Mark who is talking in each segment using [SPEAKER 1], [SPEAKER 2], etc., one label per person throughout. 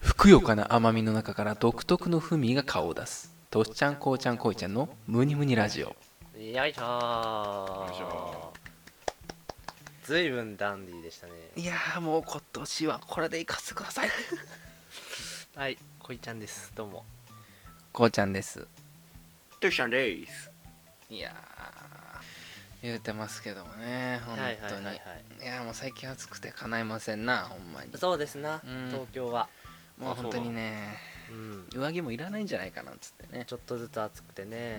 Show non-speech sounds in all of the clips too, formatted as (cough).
[SPEAKER 1] ふくよかな甘みの中から独特の風味が顔を出すとっちゃんこうちゃんこいちゃんのムニムニラジオ
[SPEAKER 2] よいしょ
[SPEAKER 3] よいし
[SPEAKER 2] ー
[SPEAKER 3] ょ
[SPEAKER 2] ずいぶんダンディーでしたね
[SPEAKER 1] いやーもう今年はこれでいかせてください
[SPEAKER 2] はいこいちゃんですどうも
[SPEAKER 1] こうちゃんです
[SPEAKER 3] トシちゃんです
[SPEAKER 1] いやー言うてますけどもね本
[SPEAKER 2] はいはい
[SPEAKER 1] 当
[SPEAKER 2] はい
[SPEAKER 1] に、
[SPEAKER 2] はい
[SPEAKER 1] いやーもう最近暑くて叶いませんなほんまに
[SPEAKER 2] そうですな
[SPEAKER 1] うん
[SPEAKER 2] 東京は
[SPEAKER 1] もう本当にね
[SPEAKER 2] うん
[SPEAKER 1] 上着もいらないんじゃないかなっつってね
[SPEAKER 2] ちょっとずつ暑くて
[SPEAKER 1] う
[SPEAKER 2] ね
[SPEAKER 1] ん
[SPEAKER 3] う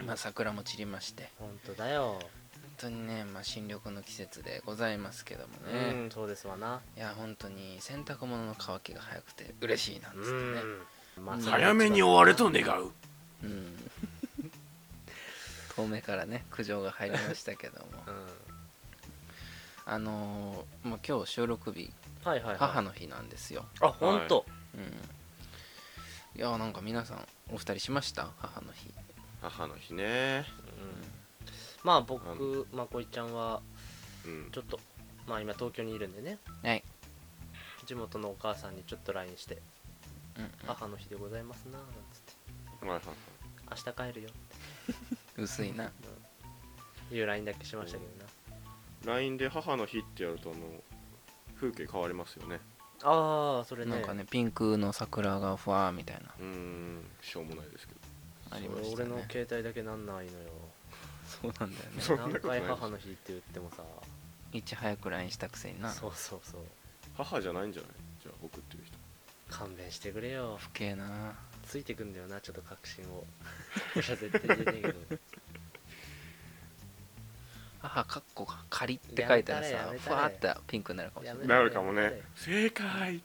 [SPEAKER 3] ーん
[SPEAKER 1] まあ桜も散りまして
[SPEAKER 2] 本当だよ
[SPEAKER 1] 本当にね、まあ、新緑の季節でございますけども
[SPEAKER 2] う
[SPEAKER 1] ね、
[SPEAKER 2] んそうですわない
[SPEAKER 1] や本当に洗濯物の乾きが早くて嬉しいなんつってね
[SPEAKER 2] まあ
[SPEAKER 1] うん
[SPEAKER 2] そが一番
[SPEAKER 3] 早めに終われと願う
[SPEAKER 1] うん遠目からね苦情が入りましたけども
[SPEAKER 2] (laughs) うん
[SPEAKER 1] あのーもう今日収録日
[SPEAKER 2] はいはいはい
[SPEAKER 1] 母の日なんですよ、
[SPEAKER 2] あ本当
[SPEAKER 1] うん、いやなんか皆さんお二人しました母の日
[SPEAKER 3] 母の日ね
[SPEAKER 2] うんまあ
[SPEAKER 3] あ
[SPEAKER 2] 僕まあこいちゃんは
[SPEAKER 3] うん
[SPEAKER 2] ちょっとまあ今東京にいるんでね
[SPEAKER 1] はい、
[SPEAKER 2] 地元のお母さんにちょっと LINE して
[SPEAKER 1] うん
[SPEAKER 2] 「母の日でございますな」なんつって
[SPEAKER 3] はいはいはい
[SPEAKER 2] 「明日帰るよ
[SPEAKER 1] うん、薄いな」
[SPEAKER 2] いう LINE だけしましたけどな
[SPEAKER 3] LINE で母の日ってやるとあの風景変わりますよね
[SPEAKER 2] ああそれね
[SPEAKER 1] なんかねピンクの桜がふわーみたいな
[SPEAKER 3] うーんしょうもないですけど
[SPEAKER 1] ありまし
[SPEAKER 2] そ
[SPEAKER 1] た
[SPEAKER 2] れ俺の
[SPEAKER 1] ね
[SPEAKER 2] 携帯だけなんないのよ
[SPEAKER 1] そうなんだよね
[SPEAKER 3] そんなこ
[SPEAKER 2] 何
[SPEAKER 3] とない
[SPEAKER 2] 回母の日って言ってもさ
[SPEAKER 1] いち早く LINE したくせにな
[SPEAKER 2] そうそうそう
[SPEAKER 3] 母じゃないんじゃないじゃあ送ってる人
[SPEAKER 2] 勘弁してくれよ
[SPEAKER 1] 不敬な
[SPEAKER 2] ついてくんだよなちょっと確信をこれは絶対出ねえけど
[SPEAKER 1] 母かっこが仮って書いたら
[SPEAKER 2] や
[SPEAKER 1] さ
[SPEAKER 2] め
[SPEAKER 1] ふ
[SPEAKER 2] たれ
[SPEAKER 1] わ
[SPEAKER 2] や
[SPEAKER 1] ー
[SPEAKER 2] め
[SPEAKER 1] った
[SPEAKER 2] れ
[SPEAKER 1] てピンクになるかもしれ
[SPEAKER 2] や
[SPEAKER 1] な
[SPEAKER 2] め
[SPEAKER 1] い
[SPEAKER 2] た
[SPEAKER 3] なるかもね
[SPEAKER 2] 誰
[SPEAKER 3] 正解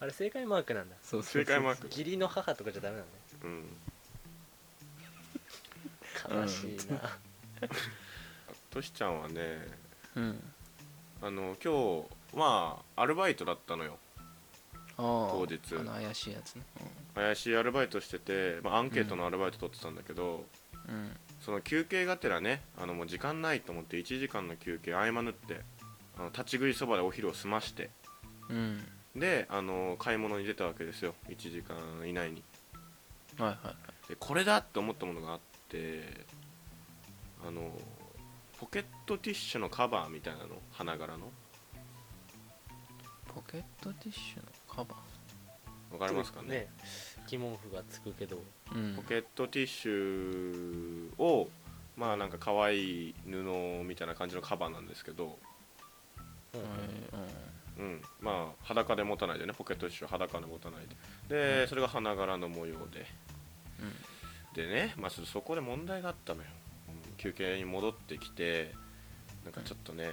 [SPEAKER 2] あれ正解マークなんだ
[SPEAKER 1] そう
[SPEAKER 3] 正解マーク
[SPEAKER 2] 義理の母とかじゃダメな
[SPEAKER 3] うん
[SPEAKER 2] のね悲しいな、
[SPEAKER 3] トシちゃんはね
[SPEAKER 1] うん
[SPEAKER 3] あの今日まあアルバイトだったのよ
[SPEAKER 1] ああ
[SPEAKER 3] 当日
[SPEAKER 1] あの怪しいやつね
[SPEAKER 3] 怪しいアルバイトしてて、まあ、アンケートのアルバイト取ってたんだけど、
[SPEAKER 1] うん、うん
[SPEAKER 3] その休憩がてらねあのもう時間ないと思って1時間の休憩合間縫ってあの立ち食いそばでお昼を済まして
[SPEAKER 1] うん、
[SPEAKER 3] であの買い物に出たわけですよ1時間以内に
[SPEAKER 1] はいはいはい
[SPEAKER 3] でこれだって思ったものがあってあのポケットティッシュのカバーみたいなの花柄の
[SPEAKER 1] ポケットティッシュのカバ
[SPEAKER 3] わかりますかね
[SPEAKER 2] 鬼門符がつくけど
[SPEAKER 1] ー、うん、
[SPEAKER 3] ポケットティッシュをまあなんか可愛い布みたいな感じのカバーなんですけど
[SPEAKER 2] うん
[SPEAKER 1] うんうん
[SPEAKER 3] うん、まあ裸で持たないでねポケットティッシュを裸で持たないでで、それが花柄の模様ででね、まあ、そそこで問題があったのよ、うん休憩に戻ってきてなんかちょっとね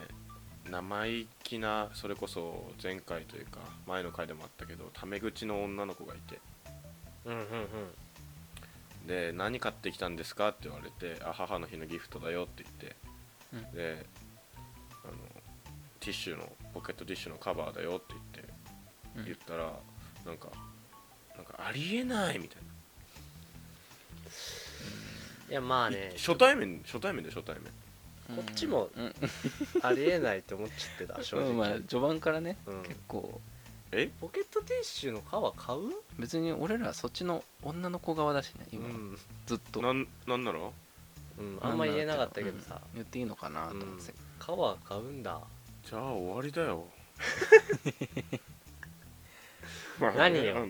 [SPEAKER 3] 生意気なそれこそ前回というか前の回でもあったけどタメ口の女の子がいて
[SPEAKER 2] うんうん
[SPEAKER 3] で何買ってきたんですかって言われてあ母の日のギフトだよって言って、であのティッシュのポケットティッシュのカバーだよって言って
[SPEAKER 1] うん
[SPEAKER 3] 言ったら、なんかなんかありえないみたい
[SPEAKER 2] いやまあ
[SPEAKER 3] な、
[SPEAKER 2] ね
[SPEAKER 3] 初対面初対面で初対面
[SPEAKER 1] うん
[SPEAKER 2] こっちも
[SPEAKER 1] うん、
[SPEAKER 2] ありえないって思っちゃってた正直、
[SPEAKER 1] まあ序盤からね、
[SPEAKER 2] うん
[SPEAKER 1] 結構
[SPEAKER 3] え
[SPEAKER 2] ポケットティッシュの皮買う
[SPEAKER 1] 別に俺らそっちの女の子側だしね今、
[SPEAKER 2] うん、
[SPEAKER 1] ずっと
[SPEAKER 3] なんなんなら
[SPEAKER 2] うん、あんま言えなかったけどさ、
[SPEAKER 1] うん言っていいのかなと思って、
[SPEAKER 2] 皮買うんだ
[SPEAKER 3] じゃあ終わりだよ (laughs) まあね
[SPEAKER 2] 何よ
[SPEAKER 3] あのい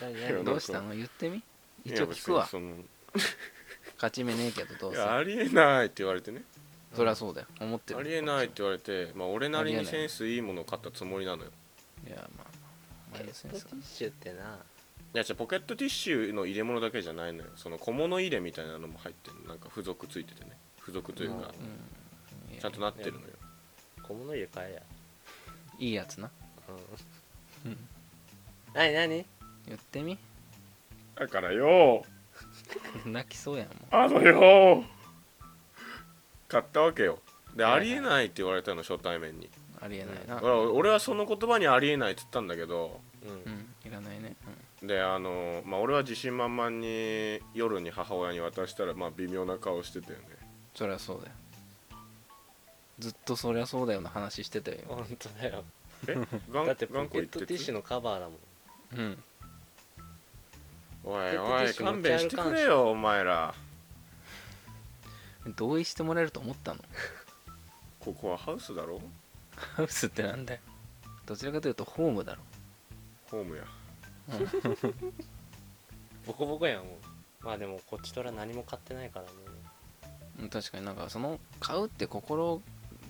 [SPEAKER 2] 何
[SPEAKER 3] いや
[SPEAKER 2] 何
[SPEAKER 1] ど
[SPEAKER 3] なん
[SPEAKER 1] う
[SPEAKER 3] か
[SPEAKER 1] したの言ってみ
[SPEAKER 3] や
[SPEAKER 1] 一応聞くわ
[SPEAKER 3] 別に
[SPEAKER 1] 勝ち目ねえけどど
[SPEAKER 3] そうのい
[SPEAKER 1] せ
[SPEAKER 3] やありえないって言われてね
[SPEAKER 1] そりゃそうだよ思ってる
[SPEAKER 3] ありえないって
[SPEAKER 1] こ
[SPEAKER 3] 言われて、まあ、俺なり
[SPEAKER 1] ありえ
[SPEAKER 3] に
[SPEAKER 1] ない
[SPEAKER 3] センスいいものを買ったつもりなのよ
[SPEAKER 1] っちもいやまあまあお
[SPEAKER 2] ポケ
[SPEAKER 1] 前
[SPEAKER 2] ッ
[SPEAKER 1] のセ
[SPEAKER 2] ト
[SPEAKER 1] ンス
[SPEAKER 2] ティ
[SPEAKER 1] は
[SPEAKER 2] ッシュってない
[SPEAKER 3] や違うポケットティッシュの入れ物だけじゃないのよその小物入れみたいなのも入ってるのなんか付属ついててね付属というか、
[SPEAKER 1] うん
[SPEAKER 3] ちゃんとなってるのよ
[SPEAKER 2] 小物入れ買えや、
[SPEAKER 1] いいやつな
[SPEAKER 2] う
[SPEAKER 1] うん
[SPEAKER 2] ん、何何
[SPEAKER 1] 言ってみ
[SPEAKER 3] だからよ
[SPEAKER 1] 泣きそうやんも
[SPEAKER 3] あのよ買ったわけよで、
[SPEAKER 2] はいはい
[SPEAKER 3] ありえないって言われたの初対面に
[SPEAKER 1] うありえないな
[SPEAKER 3] 俺は俺はその言葉にありえないって言ったんだけど
[SPEAKER 2] うん、
[SPEAKER 1] うんいらないね
[SPEAKER 3] であのまあ俺は自信満々に夜に母親に渡したらまあ微妙な顔してたよね
[SPEAKER 1] そりゃそうだよずっとそりゃそうだよの話してたよ今
[SPEAKER 2] 本当だよ (laughs)
[SPEAKER 3] え
[SPEAKER 2] だ
[SPEAKER 3] 頑
[SPEAKER 2] ってポ
[SPEAKER 3] 頑
[SPEAKER 2] ケッ
[SPEAKER 3] 固言っ
[SPEAKER 2] ト
[SPEAKER 3] て
[SPEAKER 2] ティッシュ
[SPEAKER 3] の
[SPEAKER 2] のカバーだもん
[SPEAKER 1] うん
[SPEAKER 2] ポ
[SPEAKER 3] お
[SPEAKER 2] ケ
[SPEAKER 3] い
[SPEAKER 2] ットテ
[SPEAKER 3] お
[SPEAKER 2] ィッ
[SPEAKER 3] い
[SPEAKER 2] シュの
[SPEAKER 3] 勘弁してくれよお前ら
[SPEAKER 1] 同意してもらえると思ったの
[SPEAKER 3] ここはハウスだろ
[SPEAKER 1] ハウスってなんだよどちらかというとホームだろ
[SPEAKER 3] ホームや
[SPEAKER 2] ボコボコやんもうまあでもこっちとら何も買ってないからね
[SPEAKER 1] うん確かになんかその買うって心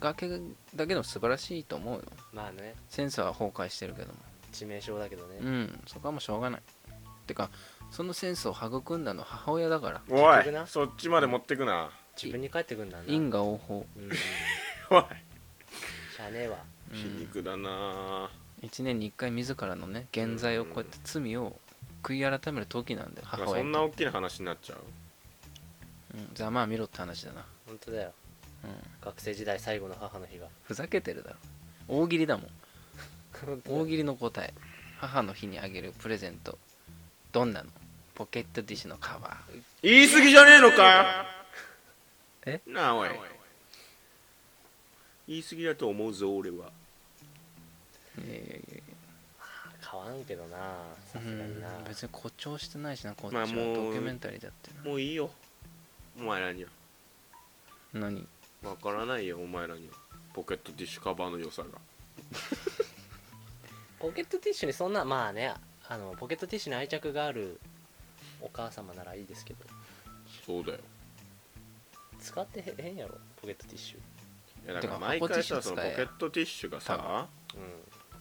[SPEAKER 1] がけだけでも素晴らしいと思うよ
[SPEAKER 2] まあね
[SPEAKER 1] センスは崩壊してるけども
[SPEAKER 2] 致命傷だけどね、
[SPEAKER 1] うんそこはもうしょうがないてかそのセンスを育んだのは母親だから
[SPEAKER 3] おい
[SPEAKER 2] 結局な
[SPEAKER 3] そっちまで持ってくな
[SPEAKER 2] 自分に返ってくんだな
[SPEAKER 1] 因果応報 (laughs)
[SPEAKER 2] うんうんし
[SPEAKER 3] おい
[SPEAKER 2] ゃあねえわ
[SPEAKER 1] うん
[SPEAKER 3] 皮肉だな
[SPEAKER 1] 1年に1回自らのね現在をこうやって罪を悔い改める時なんだよ
[SPEAKER 3] まあ
[SPEAKER 1] 母
[SPEAKER 3] そ
[SPEAKER 1] 親
[SPEAKER 3] んな大きな話になっちゃう
[SPEAKER 1] うんざまあ見ろって話だな、
[SPEAKER 2] 本当だよ
[SPEAKER 1] うん、
[SPEAKER 2] 学生時代最後の母の日が
[SPEAKER 1] ふざけてるだろ大喜利だもん
[SPEAKER 2] 本当だ
[SPEAKER 1] 大
[SPEAKER 2] よ
[SPEAKER 1] 喜利の答え母の日にあげるプレゼントどんなのポケットティッシュのカバー
[SPEAKER 3] 言い過ぎじゃねえのかよ
[SPEAKER 1] え
[SPEAKER 3] なあおい言い過ぎだと思うぞ俺は
[SPEAKER 2] 買わんけどなさ
[SPEAKER 1] う
[SPEAKER 2] すがに
[SPEAKER 1] ん
[SPEAKER 2] な
[SPEAKER 1] 別に誇張してないしなこっち
[SPEAKER 3] ま
[SPEAKER 1] は
[SPEAKER 3] あ
[SPEAKER 1] ド
[SPEAKER 3] もう
[SPEAKER 1] キュメンタリーだってな、
[SPEAKER 3] もういいよお前らには
[SPEAKER 1] 何
[SPEAKER 3] わからないよお前らにはポケットティッシュカバーの良さが
[SPEAKER 2] ポケットティッシュにそんなまあねあのポケットティッシュに愛着があるお母様ならいいですけど
[SPEAKER 3] そうだよ
[SPEAKER 2] 使ってへへんやろポケットティッシュ
[SPEAKER 3] いや
[SPEAKER 1] て
[SPEAKER 3] だから
[SPEAKER 1] か
[SPEAKER 3] 毎回
[SPEAKER 1] 箱ティッ
[SPEAKER 3] さ
[SPEAKER 1] シ
[SPEAKER 3] そ
[SPEAKER 1] ュ
[SPEAKER 3] のポ
[SPEAKER 1] 使えや
[SPEAKER 3] ケットティッシュがさ
[SPEAKER 2] う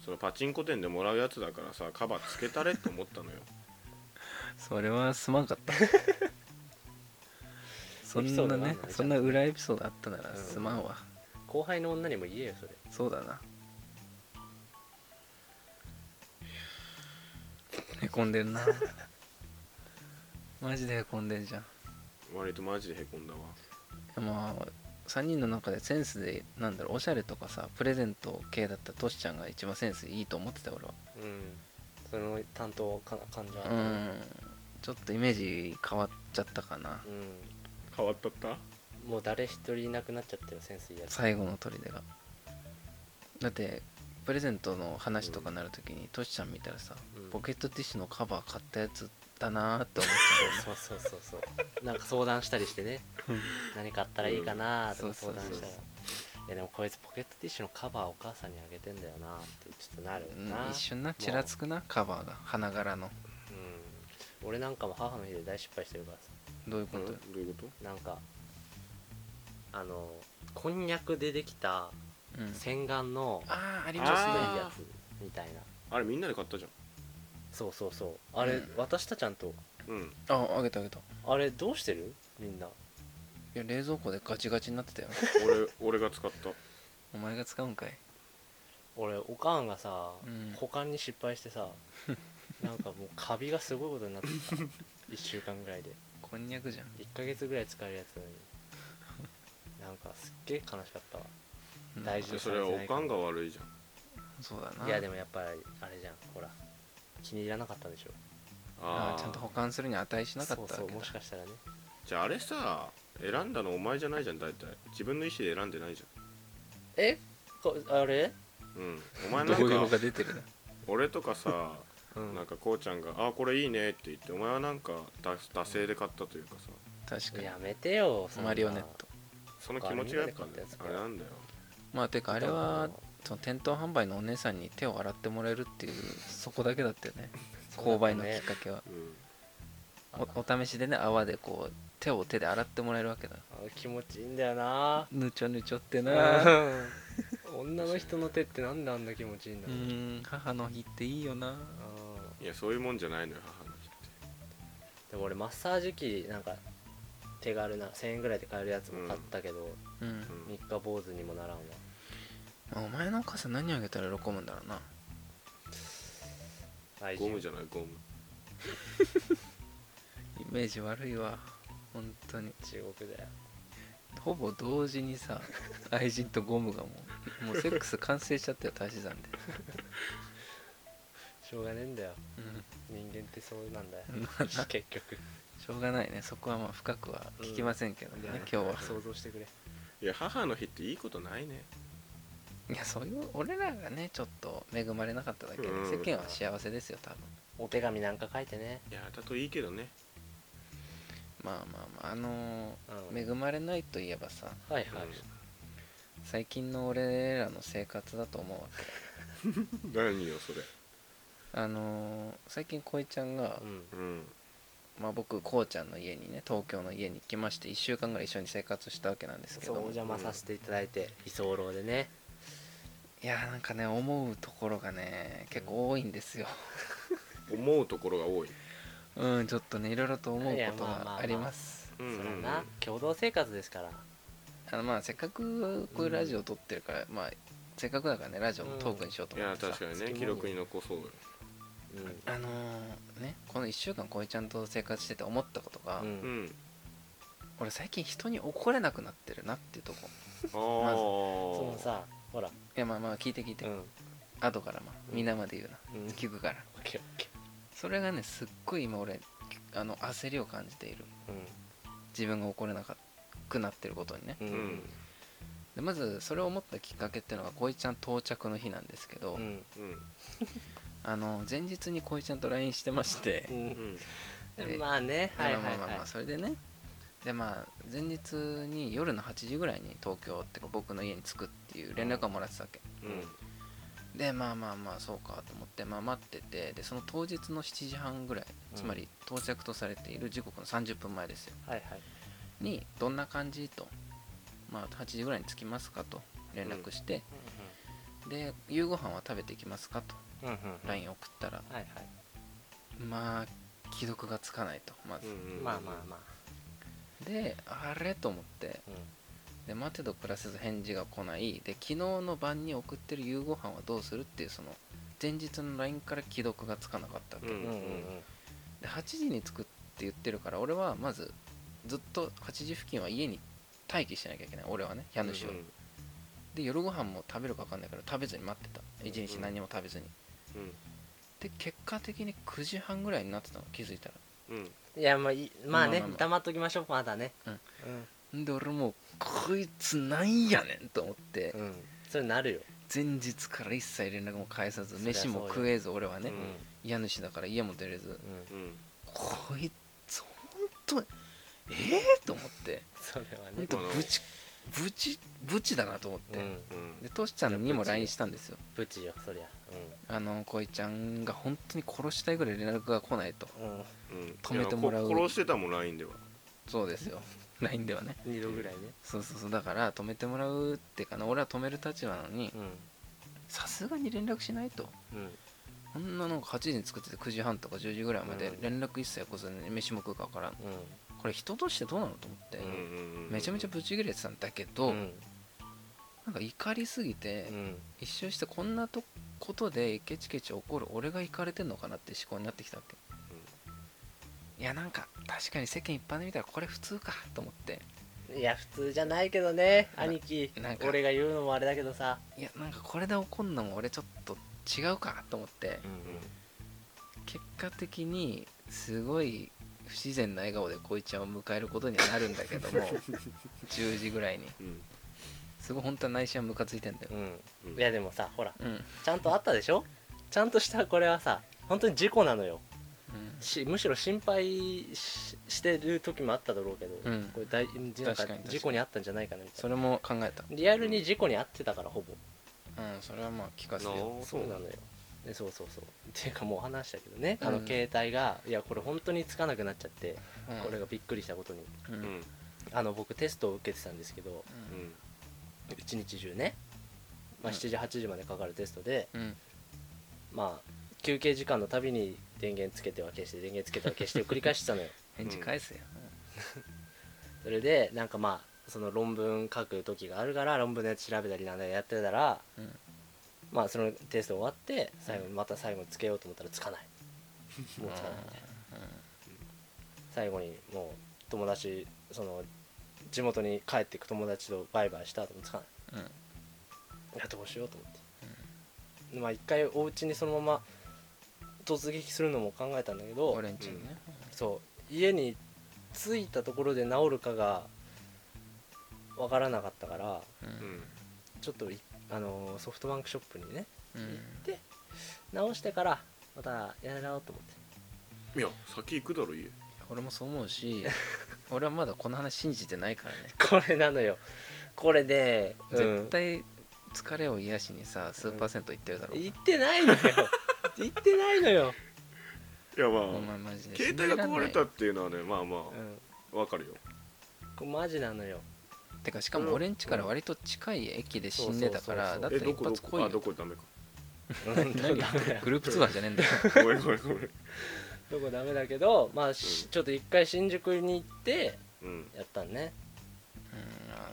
[SPEAKER 3] そのパチンコ店でもらうやつだからさカバーつけたれって思ったのよ
[SPEAKER 1] それはすまんかった
[SPEAKER 2] (laughs)
[SPEAKER 1] そん
[SPEAKER 2] エピソー
[SPEAKER 1] な
[SPEAKER 2] ドがあ
[SPEAKER 1] ね
[SPEAKER 2] るのね
[SPEAKER 1] そんな裏エピソードあったなら
[SPEAKER 2] うん
[SPEAKER 1] すまんわ、
[SPEAKER 2] ん後輩の女にも言えよそれ
[SPEAKER 1] そうだなへこんで
[SPEAKER 2] (laughs)
[SPEAKER 1] んなマジでへこんでんじゃん
[SPEAKER 3] 割とマジでへこんだわ
[SPEAKER 1] まあ3人の中でセンスでなんだろうおしゃれとかさプレゼント系だったトシちゃんが一番センスいいと思ってた俺は
[SPEAKER 2] うんその担当か患者
[SPEAKER 1] う、んちょっとイメージ変わっちゃったかな
[SPEAKER 2] う
[SPEAKER 3] 変わったった
[SPEAKER 2] ん、もう誰一人いなくなっちゃったよセンスいいやつ
[SPEAKER 1] 最後の砦がだってプレゼントの話とかなるときにトシちゃん見たらさ
[SPEAKER 2] うん
[SPEAKER 1] ポケットティッシュのカバー買ったやつだなーって思っ
[SPEAKER 2] そうそうそうそうなんか相談したりしてね何買ったらいいかなと
[SPEAKER 1] うん
[SPEAKER 2] か相談し
[SPEAKER 1] そ
[SPEAKER 2] た
[SPEAKER 1] うそ
[SPEAKER 2] ら
[SPEAKER 1] う
[SPEAKER 2] いやでもこいつポケットティッシュのカバーお母さんにあげてんだよなってちょっとなるよ
[SPEAKER 1] た、
[SPEAKER 2] な、
[SPEAKER 1] うん一瞬なちらつくなカバーが花柄の
[SPEAKER 2] うん、俺なんかも母の日で大失敗してるからさ
[SPEAKER 1] どういうこ
[SPEAKER 3] うん
[SPEAKER 1] と
[SPEAKER 3] ど
[SPEAKER 1] よ
[SPEAKER 3] ういうこ
[SPEAKER 2] なんかあのこんにゃくでできた
[SPEAKER 1] うん、
[SPEAKER 2] 洗顔の
[SPEAKER 1] あああり
[SPEAKER 2] ちょ
[SPEAKER 1] ま
[SPEAKER 2] っと
[SPEAKER 1] す
[SPEAKER 2] いい
[SPEAKER 1] ね
[SPEAKER 3] あー
[SPEAKER 2] やつみたいな
[SPEAKER 3] とあれみんなで買ったじ
[SPEAKER 2] そうそうそうあれ、
[SPEAKER 1] うん
[SPEAKER 2] 渡したちゃんと
[SPEAKER 3] ゃんうん
[SPEAKER 1] ああげたあげたい
[SPEAKER 2] あれどうしてるみんな
[SPEAKER 1] や冷蔵庫でガチガチになってたよ
[SPEAKER 3] 俺俺が
[SPEAKER 1] (laughs)
[SPEAKER 3] 使った
[SPEAKER 1] お前が使うんかい
[SPEAKER 2] 俺おかんがさ、
[SPEAKER 1] うん
[SPEAKER 2] 保管に失敗し
[SPEAKER 1] (laughs)
[SPEAKER 2] てさなんかもうカビがすごいことになってた1週間ぐらいで
[SPEAKER 1] こんにゃくじゃん、
[SPEAKER 2] 1ヶ月ぐらい使えるやつなのになんかすっげえ悲しかったわ
[SPEAKER 1] うん
[SPEAKER 2] 大事
[SPEAKER 3] それはおかんが悪いじゃん
[SPEAKER 1] そうだない
[SPEAKER 2] やでもやっぱりあれじゃんほら気に入らなかったでしょ
[SPEAKER 1] あ
[SPEAKER 3] あ
[SPEAKER 1] ーちゃんと保
[SPEAKER 3] あ
[SPEAKER 1] 管するに値しなかったわけだ
[SPEAKER 2] そうそうもしかしたらね
[SPEAKER 3] じゃああれさ選んだのお前じゃないじゃん大体自分の意思で選んでないじ
[SPEAKER 2] えこあれ
[SPEAKER 3] ゃんうんお前なん
[SPEAKER 1] 動揺
[SPEAKER 3] か
[SPEAKER 1] が出てるな
[SPEAKER 3] 俺とかさ
[SPEAKER 2] うん
[SPEAKER 3] なんかこうちゃんが「あーこれいいね」って言ってお前はなんかだ惰性で買ったというかさ
[SPEAKER 1] 確かに
[SPEAKER 2] やめてよそんな
[SPEAKER 1] マリオネット
[SPEAKER 3] その気持ちがやっぱ
[SPEAKER 2] あれみんなで買っ
[SPEAKER 3] ね
[SPEAKER 2] たやつか
[SPEAKER 3] あれなんだよ
[SPEAKER 1] まあてかあれはその店頭販売のお姉さんに手を洗ってもらえるっていうそこだけだったよね
[SPEAKER 2] そう
[SPEAKER 1] 購
[SPEAKER 2] だ
[SPEAKER 1] 買
[SPEAKER 2] ったね
[SPEAKER 1] のきっかけは
[SPEAKER 3] うん
[SPEAKER 1] おお試しでね泡でこう手を手で洗ってもらえるわけだ
[SPEAKER 2] あ気持ちいいんだよな
[SPEAKER 1] ぬちょぬちょってな
[SPEAKER 2] うん (laughs) 女の人の手ってなんであんな気持ちいいんだ
[SPEAKER 1] う
[SPEAKER 2] ろう、
[SPEAKER 1] ん母の日っていいよな
[SPEAKER 2] あー
[SPEAKER 3] いやそういうもんじゃないのよ母の日って
[SPEAKER 2] でも俺マッサージ機なんか手軽な1000円ぐらいで買えるやつも買ったけど、
[SPEAKER 1] うん
[SPEAKER 3] うん
[SPEAKER 2] 3日坊主にもならんわ
[SPEAKER 1] お前のお母さん何あげたら喜ぶんだろうな
[SPEAKER 2] 愛人
[SPEAKER 3] ゴムじゃないゴム
[SPEAKER 1] イメージ悪いわ本当に
[SPEAKER 2] 中国だよ
[SPEAKER 1] ほぼ同時に (laughs) さ愛人とゴムがもうもうセックス完成しちゃったよ足し算で、
[SPEAKER 2] しょうがねえんだよ
[SPEAKER 1] うん
[SPEAKER 2] 人間ってそうなんだよ
[SPEAKER 1] (laughs) まあな
[SPEAKER 2] 結局
[SPEAKER 1] しょうがないねそこはまあ深くは聞きませんけどね、
[SPEAKER 2] うん
[SPEAKER 1] 今日は
[SPEAKER 2] 想像してくれ
[SPEAKER 3] いや母の日っていいことないね
[SPEAKER 1] いやそういう俺らがねちょっと恵まれなかっただけで
[SPEAKER 3] うん
[SPEAKER 1] 世間は幸せですよ多分
[SPEAKER 2] お手紙なんか書いてね、
[SPEAKER 3] いやだといいけどね
[SPEAKER 1] まあまあまああの
[SPEAKER 2] うん、
[SPEAKER 1] ー恵まれないといえばさ
[SPEAKER 2] はいはい、
[SPEAKER 1] 最近の俺らの生活だと思うわけ
[SPEAKER 3] 何よそれ
[SPEAKER 1] あのー最近恋ちゃんが
[SPEAKER 2] う、ん
[SPEAKER 3] うん
[SPEAKER 1] まあ、僕こうちゃんの家にね東京の家に来まして1週間ぐらい一緒に生活したわけなんですけ
[SPEAKER 2] そう
[SPEAKER 1] ど
[SPEAKER 2] お
[SPEAKER 1] も
[SPEAKER 2] 邪魔させていただいて居候でね
[SPEAKER 1] いやーなんかね思うところがね結構多いんですよ
[SPEAKER 3] 思うところが多い
[SPEAKER 1] うんちょっとねいろいろと思う
[SPEAKER 2] いや
[SPEAKER 1] こと
[SPEAKER 2] まあまあま
[SPEAKER 1] が
[SPEAKER 2] あ
[SPEAKER 1] あります
[SPEAKER 3] う
[SPEAKER 2] そ
[SPEAKER 3] ん
[SPEAKER 2] ら
[SPEAKER 3] うん
[SPEAKER 2] な共同生活ですから
[SPEAKER 1] あのまあせっかくこういうラジオ撮ってるから、まあせっかくだからねラジオのトークにしようと
[SPEAKER 3] い
[SPEAKER 1] 思っ
[SPEAKER 3] や
[SPEAKER 1] てさ、
[SPEAKER 3] 確かにね記録に残そうよ
[SPEAKER 2] うん
[SPEAKER 1] あのーねこの1週間こいちゃんと生活してて思ったことが、
[SPEAKER 2] う
[SPEAKER 3] うんん
[SPEAKER 1] 俺最近人に怒れなくなってるなっていうとこ
[SPEAKER 3] あ
[SPEAKER 1] ず
[SPEAKER 2] その
[SPEAKER 3] あ
[SPEAKER 2] さほら
[SPEAKER 1] いやまあまあ聞いて聞いて、
[SPEAKER 2] うんうん
[SPEAKER 1] 後からまあ
[SPEAKER 2] うん
[SPEAKER 1] みんなまで言うな、
[SPEAKER 2] うん
[SPEAKER 1] 聞くから
[SPEAKER 2] オッケーオッケ
[SPEAKER 1] それがねすっごい今俺あの焦りを感じている自分が怒れなくなってることにね
[SPEAKER 2] ーうんうん
[SPEAKER 1] でまずそれを思ったきっかけっていうのがこいちゃん到着の日なんですけど、
[SPEAKER 2] うん
[SPEAKER 3] うん
[SPEAKER 1] あの前日にこいちゃんと LINE してまして
[SPEAKER 2] う
[SPEAKER 3] うんん
[SPEAKER 1] で
[SPEAKER 2] まあね
[SPEAKER 1] まあ
[SPEAKER 2] はいはい
[SPEAKER 1] まあまあま
[SPEAKER 2] は
[SPEAKER 1] あそれでねでまあ前日に夜の8時ぐらいに東京ってか僕の家に着くっていう連絡をもらってたわけ、
[SPEAKER 3] うん
[SPEAKER 1] でまあまあまあそうかと思って、まあ、待っててでその当日の7時半ぐらい
[SPEAKER 2] うん
[SPEAKER 1] つまり到着とされている時刻の30分前ですよ
[SPEAKER 2] いはいはい
[SPEAKER 1] にどんな感じと、まあ、8時ぐらいに着きますかと連絡して、で夕ご飯は食べていきますかと
[SPEAKER 2] うんうんうんうん
[SPEAKER 1] LINE 送ったら
[SPEAKER 2] はいはい
[SPEAKER 1] まあ既読がつかないとまず、
[SPEAKER 3] うん
[SPEAKER 2] まあまあまあ
[SPEAKER 1] であれと思って
[SPEAKER 2] う
[SPEAKER 1] で待てど暮らせず返事が来ないで昨日の晩に送ってる夕ご飯はどうするっていうその前日の LINE から既読がつかなかったわけ、
[SPEAKER 3] うん
[SPEAKER 2] んうんうん
[SPEAKER 1] で8時に着くって言ってるから俺はまずずっと8時付近は家に待機しなきゃいけない俺はね家主を、
[SPEAKER 3] うん
[SPEAKER 1] で夜ご飯も食べるか分かんないから食べずに待ってた一日何も食べずに、
[SPEAKER 3] うん
[SPEAKER 1] で結果的に9時半ぐらいになってたの気づいた
[SPEAKER 3] うん
[SPEAKER 2] うんいやまあいまあね
[SPEAKER 1] まあまあまあ
[SPEAKER 2] 黙っときましょうまだね
[SPEAKER 1] うん
[SPEAKER 2] う
[SPEAKER 1] ら
[SPEAKER 2] ん
[SPEAKER 1] で俺もうこいつなんやねんと思って、
[SPEAKER 2] うんそれなるよ
[SPEAKER 1] 前日から一切連絡も返さず
[SPEAKER 2] そりゃ
[SPEAKER 1] 飯
[SPEAKER 2] そうよ
[SPEAKER 1] も食えず俺はね、
[SPEAKER 3] うん
[SPEAKER 1] 家主だから家も出れず
[SPEAKER 2] うんうん
[SPEAKER 3] うん
[SPEAKER 1] こいつ本当にええと思って
[SPEAKER 2] それは
[SPEAKER 1] 本
[SPEAKER 2] ね
[SPEAKER 1] 当ブチブチブチだなと思って、
[SPEAKER 2] うん
[SPEAKER 3] うん
[SPEAKER 1] でトシちゃんにも LINE したんですよ
[SPEAKER 2] ブチよそりゃ
[SPEAKER 1] あの恋ちゃんが本当に殺したいぐらい連絡が来ないと
[SPEAKER 2] うんうん
[SPEAKER 3] うん
[SPEAKER 1] 止めてもらう
[SPEAKER 3] いやこ殺してたもん LINE では
[SPEAKER 1] そうです
[SPEAKER 2] (laughs)
[SPEAKER 1] よ LINE ではね
[SPEAKER 2] 二度ぐらいね
[SPEAKER 1] そうそうそうだから止めてもらうってかな俺は止める立場なのに
[SPEAKER 2] う
[SPEAKER 1] さすがに連絡しないと
[SPEAKER 2] んうん
[SPEAKER 1] こんなの8時に作ってて9時半とか10時ぐらいまで
[SPEAKER 2] うん
[SPEAKER 1] 連絡一切来ずに飯も食うか分からん
[SPEAKER 2] うん
[SPEAKER 1] これ人としてどうなのと思って、
[SPEAKER 2] うん
[SPEAKER 1] めちゃめちゃブチ切れてたんだけど、
[SPEAKER 2] うん
[SPEAKER 1] なんか怒りすぎて、
[SPEAKER 2] うん
[SPEAKER 1] 一周してこんなとことでケチケチ怒る俺がいかれてんのかなって思考になってきたわけ、いやなんか確かに世間一般で見たらこれ普通かと思って
[SPEAKER 2] いや普通じゃないけどね
[SPEAKER 1] な
[SPEAKER 2] 兄貴
[SPEAKER 1] なんか
[SPEAKER 2] 俺が言うのもあれだけどさ
[SPEAKER 1] いやなんかこれで怒んのも俺ちょっと違うかと思って
[SPEAKER 2] う
[SPEAKER 1] 結果的にすごい不自然な笑顔でこいちゃんを迎えることにはなるんだけど (laughs) も10時ぐらいに
[SPEAKER 3] うん
[SPEAKER 1] すごい本当は内心はムカついてんだよ
[SPEAKER 2] ん
[SPEAKER 3] う
[SPEAKER 2] うん
[SPEAKER 3] ん
[SPEAKER 2] いやでもさほら
[SPEAKER 1] うん、うん
[SPEAKER 2] ちゃんとあったでしょちゃんとしたこれはさ本当に事故なのよしむしろ心配ししてる時もあっただろうけど、
[SPEAKER 1] うん
[SPEAKER 2] これ大なん
[SPEAKER 1] 確
[SPEAKER 2] か
[SPEAKER 1] かに確かに
[SPEAKER 2] 事故にあったんじゃないかなみた
[SPEAKER 1] そ
[SPEAKER 2] いな
[SPEAKER 1] れも考えた
[SPEAKER 2] リアルに事故にあってたからほぼ、
[SPEAKER 1] うんそれはまあ聞かせてよ
[SPEAKER 3] の
[SPEAKER 2] そうなのよでそうそうそうっていうかもう話したけどね、あの
[SPEAKER 1] うん
[SPEAKER 2] 携帯がいやこれ本当につかなくなっちゃって、
[SPEAKER 1] うん
[SPEAKER 2] これがびっくりしたことに
[SPEAKER 1] うん
[SPEAKER 3] うん
[SPEAKER 1] うん
[SPEAKER 2] あの僕テストを受けてたんですけど
[SPEAKER 3] うん
[SPEAKER 2] 一日中ね、まあ、
[SPEAKER 1] うん
[SPEAKER 2] 7時8時までかかるテストで、
[SPEAKER 1] うん
[SPEAKER 2] まあ休憩時間のたびに電源つけては消して電源つけては消してを繰り返してた
[SPEAKER 1] (laughs)
[SPEAKER 2] のよ
[SPEAKER 1] 返事返せよ
[SPEAKER 2] それでなんかまあその論文書く時があるから論文のやつ調べたりなんだりやってたら
[SPEAKER 1] うん
[SPEAKER 2] まあそのテスト終わって最後また最後つけようと思ったら
[SPEAKER 1] (laughs)
[SPEAKER 2] つかないもうつかないみたいな最後にもう友達その地元に帰ってく友達とバイバイした後もつかない
[SPEAKER 1] うんうん
[SPEAKER 2] いやどうしようと思って、まあ一回お家にそのまま突撃するのも考えたんだけど
[SPEAKER 1] オレンジにね
[SPEAKER 2] そう家に着いたところで治るかがわからなかったから
[SPEAKER 1] うん
[SPEAKER 3] うん
[SPEAKER 2] ちょっといあのソフトバンクショップにね
[SPEAKER 1] う
[SPEAKER 2] 行っ
[SPEAKER 1] ん
[SPEAKER 2] て直してからまたやろうと思って
[SPEAKER 3] いや先行くだろ家
[SPEAKER 1] 俺もそう思うし (laughs) 俺はまだこの話信じてないからね
[SPEAKER 2] これなのよこれで、う
[SPEAKER 1] 絶
[SPEAKER 2] ん
[SPEAKER 1] 対疲れを癒しにさスーパーセント行ってるだろ、
[SPEAKER 2] 行ってないのよ行ってない
[SPEAKER 1] (laughs)
[SPEAKER 2] のよ、
[SPEAKER 3] いやまあ、
[SPEAKER 1] お前マジで
[SPEAKER 3] 携帯が壊れた
[SPEAKER 1] 信
[SPEAKER 3] っていうのはねまあま
[SPEAKER 2] うん、
[SPEAKER 3] あわかるよ
[SPEAKER 2] これマジなの
[SPEAKER 1] (laughs)
[SPEAKER 2] よ
[SPEAKER 1] じらんないてかしかも俺ん家から割と近い駅で死んでたから
[SPEAKER 2] そ
[SPEAKER 1] だ
[SPEAKER 2] う
[SPEAKER 1] っ
[SPEAKER 2] そ
[SPEAKER 1] たら
[SPEAKER 3] えど
[SPEAKER 1] 一
[SPEAKER 3] こど
[SPEAKER 1] 発来い
[SPEAKER 3] こあど
[SPEAKER 1] よ
[SPEAKER 3] こダメか
[SPEAKER 2] うんどこダメだよ
[SPEAKER 1] グループツアーじゃねえん
[SPEAKER 2] (laughs)
[SPEAKER 1] だよ
[SPEAKER 3] ごめんごめんごめん
[SPEAKER 2] どこダメだけどまあしちょっと一回新宿に行って
[SPEAKER 3] うん
[SPEAKER 2] やったんね
[SPEAKER 1] うんあー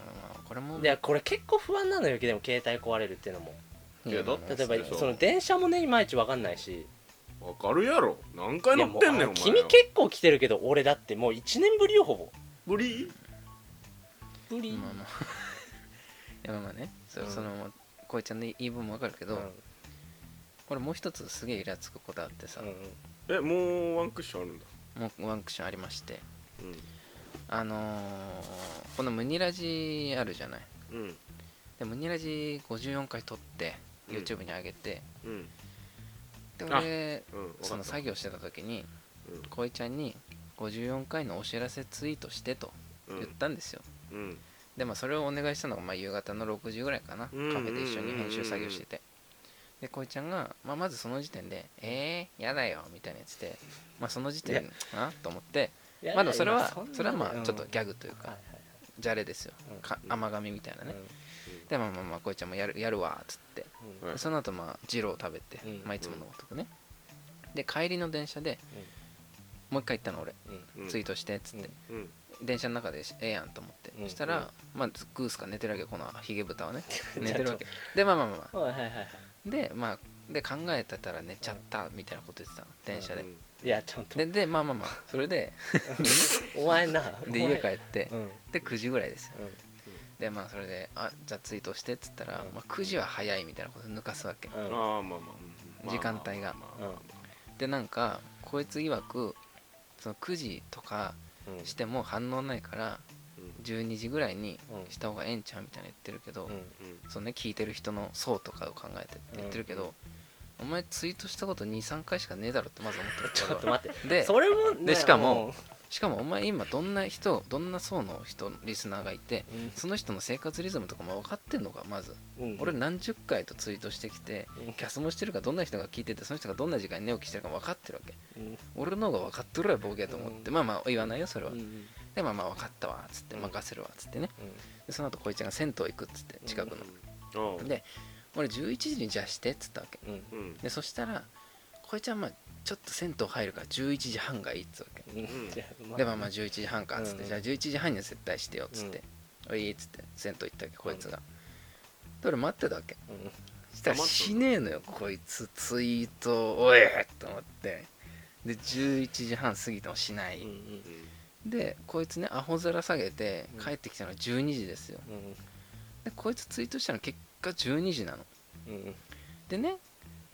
[SPEAKER 1] これも
[SPEAKER 2] でこれ結構不安なのよでも携帯壊れるっていうのも
[SPEAKER 1] い
[SPEAKER 3] いやだって
[SPEAKER 2] 例えば
[SPEAKER 3] そう
[SPEAKER 2] その電車もねいまいちわかんないし
[SPEAKER 3] わかるやろ何回乗
[SPEAKER 2] も
[SPEAKER 3] っ
[SPEAKER 2] う
[SPEAKER 3] てんねんお前
[SPEAKER 2] あ君結構来てるけど俺だってもう1年ぶりよほぼ
[SPEAKER 3] 無理
[SPEAKER 2] ぶり、
[SPEAKER 1] まあまあいやまあまあねそ,、
[SPEAKER 2] うん
[SPEAKER 1] そのこいちゃんの言い分もわかるけ
[SPEAKER 2] うん
[SPEAKER 1] ど、これもう一つすげえイラつくことあってさ、
[SPEAKER 2] うん
[SPEAKER 3] えもうワンクッションあるんだ
[SPEAKER 1] もうワンクッションありまして
[SPEAKER 3] う
[SPEAKER 1] あのーこのムニラジあるじゃない
[SPEAKER 3] んうん
[SPEAKER 1] でムニラジ54回撮って
[SPEAKER 3] うん
[SPEAKER 1] YouTube に上げて、
[SPEAKER 3] うん
[SPEAKER 1] で俺
[SPEAKER 3] うんわかった
[SPEAKER 1] その作業してた時に
[SPEAKER 3] うん
[SPEAKER 1] こいちゃんに54回のお知らせツイートしてと
[SPEAKER 3] う
[SPEAKER 1] 言っ
[SPEAKER 3] ん
[SPEAKER 1] たんですよ、
[SPEAKER 3] うん
[SPEAKER 1] でまあそれをお願いしたのがまあ夕方の6時ぐらいかなカフ
[SPEAKER 3] うん
[SPEAKER 1] ェで一緒に編集作業しててでこいちゃんが、まあ、まずその時点で「えー、やだよ」みたいなやつで、まあ、その時
[SPEAKER 2] い
[SPEAKER 1] 点あと思って
[SPEAKER 2] いや
[SPEAKER 1] まあでもそれ
[SPEAKER 2] いや
[SPEAKER 1] は
[SPEAKER 2] んな
[SPEAKER 1] それはま
[SPEAKER 2] う
[SPEAKER 1] あ
[SPEAKER 2] ん
[SPEAKER 1] ちょっとギャグという
[SPEAKER 2] は
[SPEAKER 1] か
[SPEAKER 2] いはい
[SPEAKER 1] じゃれですよ
[SPEAKER 2] うん
[SPEAKER 1] か
[SPEAKER 3] うん
[SPEAKER 1] 甘噛みみたいなね、でまあまあまあこいちゃんもやるやるわっつって、
[SPEAKER 2] うん
[SPEAKER 3] はい
[SPEAKER 1] その後まあジロー食べて、
[SPEAKER 2] うん
[SPEAKER 1] まあ、いつものごとくねで帰りの電車でもう一回行ったの俺、
[SPEAKER 2] うんうん
[SPEAKER 3] うん
[SPEAKER 1] ツイートしてっつって、
[SPEAKER 3] うん
[SPEAKER 1] 電車の中でしええやんと思って、
[SPEAKER 2] うん
[SPEAKER 1] そしたら、まあグースか寝てるわけこのヒゲ豚は
[SPEAKER 2] (laughs)
[SPEAKER 1] ね
[SPEAKER 2] ん
[SPEAKER 1] 寝てるわけでまあまあまあ、ま
[SPEAKER 2] うんはいはいはいは
[SPEAKER 1] あ、でまあで考えてたら寝ちゃったみたいなこと言ってたの電車で、
[SPEAKER 3] うん
[SPEAKER 2] いいやちゃんと
[SPEAKER 1] ででまあまあまあそれ
[SPEAKER 2] (laughs)
[SPEAKER 1] で
[SPEAKER 2] お前な
[SPEAKER 1] で
[SPEAKER 2] お前
[SPEAKER 1] 家帰って、
[SPEAKER 2] うんうん
[SPEAKER 1] で9時ぐらいですよでまあそれで「あじゃあツイートして」っつったら、
[SPEAKER 2] うん
[SPEAKER 1] まあ、9時は早いみたいなこと抜かすわけ、
[SPEAKER 2] うん
[SPEAKER 3] ああまあまあ
[SPEAKER 1] 時間帯が
[SPEAKER 3] まあまあまあ
[SPEAKER 1] でなんかこいつ曰くその9時とか
[SPEAKER 2] うん
[SPEAKER 1] しても反応ないから
[SPEAKER 3] うん
[SPEAKER 1] 12時ぐらいに
[SPEAKER 2] うん
[SPEAKER 1] した方がええんちゃうみたいな言ってるけど、
[SPEAKER 2] うん
[SPEAKER 3] うん
[SPEAKER 1] そのね聞いてる人の層とかを考えてって言ってるけど、お前ツイートしたこと23回しかねえだろってまず思ってる
[SPEAKER 2] ちょっと
[SPEAKER 1] 俺は
[SPEAKER 2] 待って
[SPEAKER 1] で
[SPEAKER 2] それもね
[SPEAKER 1] でしかもしかもお前今どんな人どんな層の人リスナーがいて
[SPEAKER 2] うん
[SPEAKER 1] その人の生活リズムとかも分かってんのかまず、
[SPEAKER 2] うん
[SPEAKER 1] 俺何十回とツイートしてきて
[SPEAKER 2] うん
[SPEAKER 1] キャスもしてるかどんな人が聞いててその人がどんな時間に寝起きしてるかも分かってるわけ
[SPEAKER 2] うん
[SPEAKER 1] 俺の方が分かっとるわボケと思って、
[SPEAKER 2] うん
[SPEAKER 1] まあまあ言わないよそれは、
[SPEAKER 2] うん
[SPEAKER 1] でまあまあ分かったわっつって
[SPEAKER 2] うん
[SPEAKER 1] 任せるわっつってね
[SPEAKER 2] うん
[SPEAKER 1] でその後こいちゃんが銭湯行くっつって近くの、
[SPEAKER 3] ああ
[SPEAKER 1] で俺11時にじゃあしてっつったわけ
[SPEAKER 2] うん
[SPEAKER 3] うん
[SPEAKER 1] でそしたらこいちゃんまあちょっと銭湯入るから11時半がいいっつうわけ
[SPEAKER 2] うんじゃあまあ
[SPEAKER 1] でまあまあ11時半かっつっ
[SPEAKER 2] うん
[SPEAKER 1] て、
[SPEAKER 2] うん
[SPEAKER 1] じゃあ11時半には絶対してよっつって、おいいっつって銭湯行ったわけこいつが、で俺待ってたわけ
[SPEAKER 2] うん
[SPEAKER 1] したら
[SPEAKER 3] 黙っとる
[SPEAKER 1] しねえのよこいつツイートおいと思ってで11時半過ぎてもしない、
[SPEAKER 2] うんうん
[SPEAKER 1] でこいつねアホ面下げて
[SPEAKER 2] うん
[SPEAKER 1] 帰ってきたのが12時ですよ
[SPEAKER 2] うん
[SPEAKER 1] でこいつツイートしたの結果12時なの
[SPEAKER 2] うん
[SPEAKER 1] でね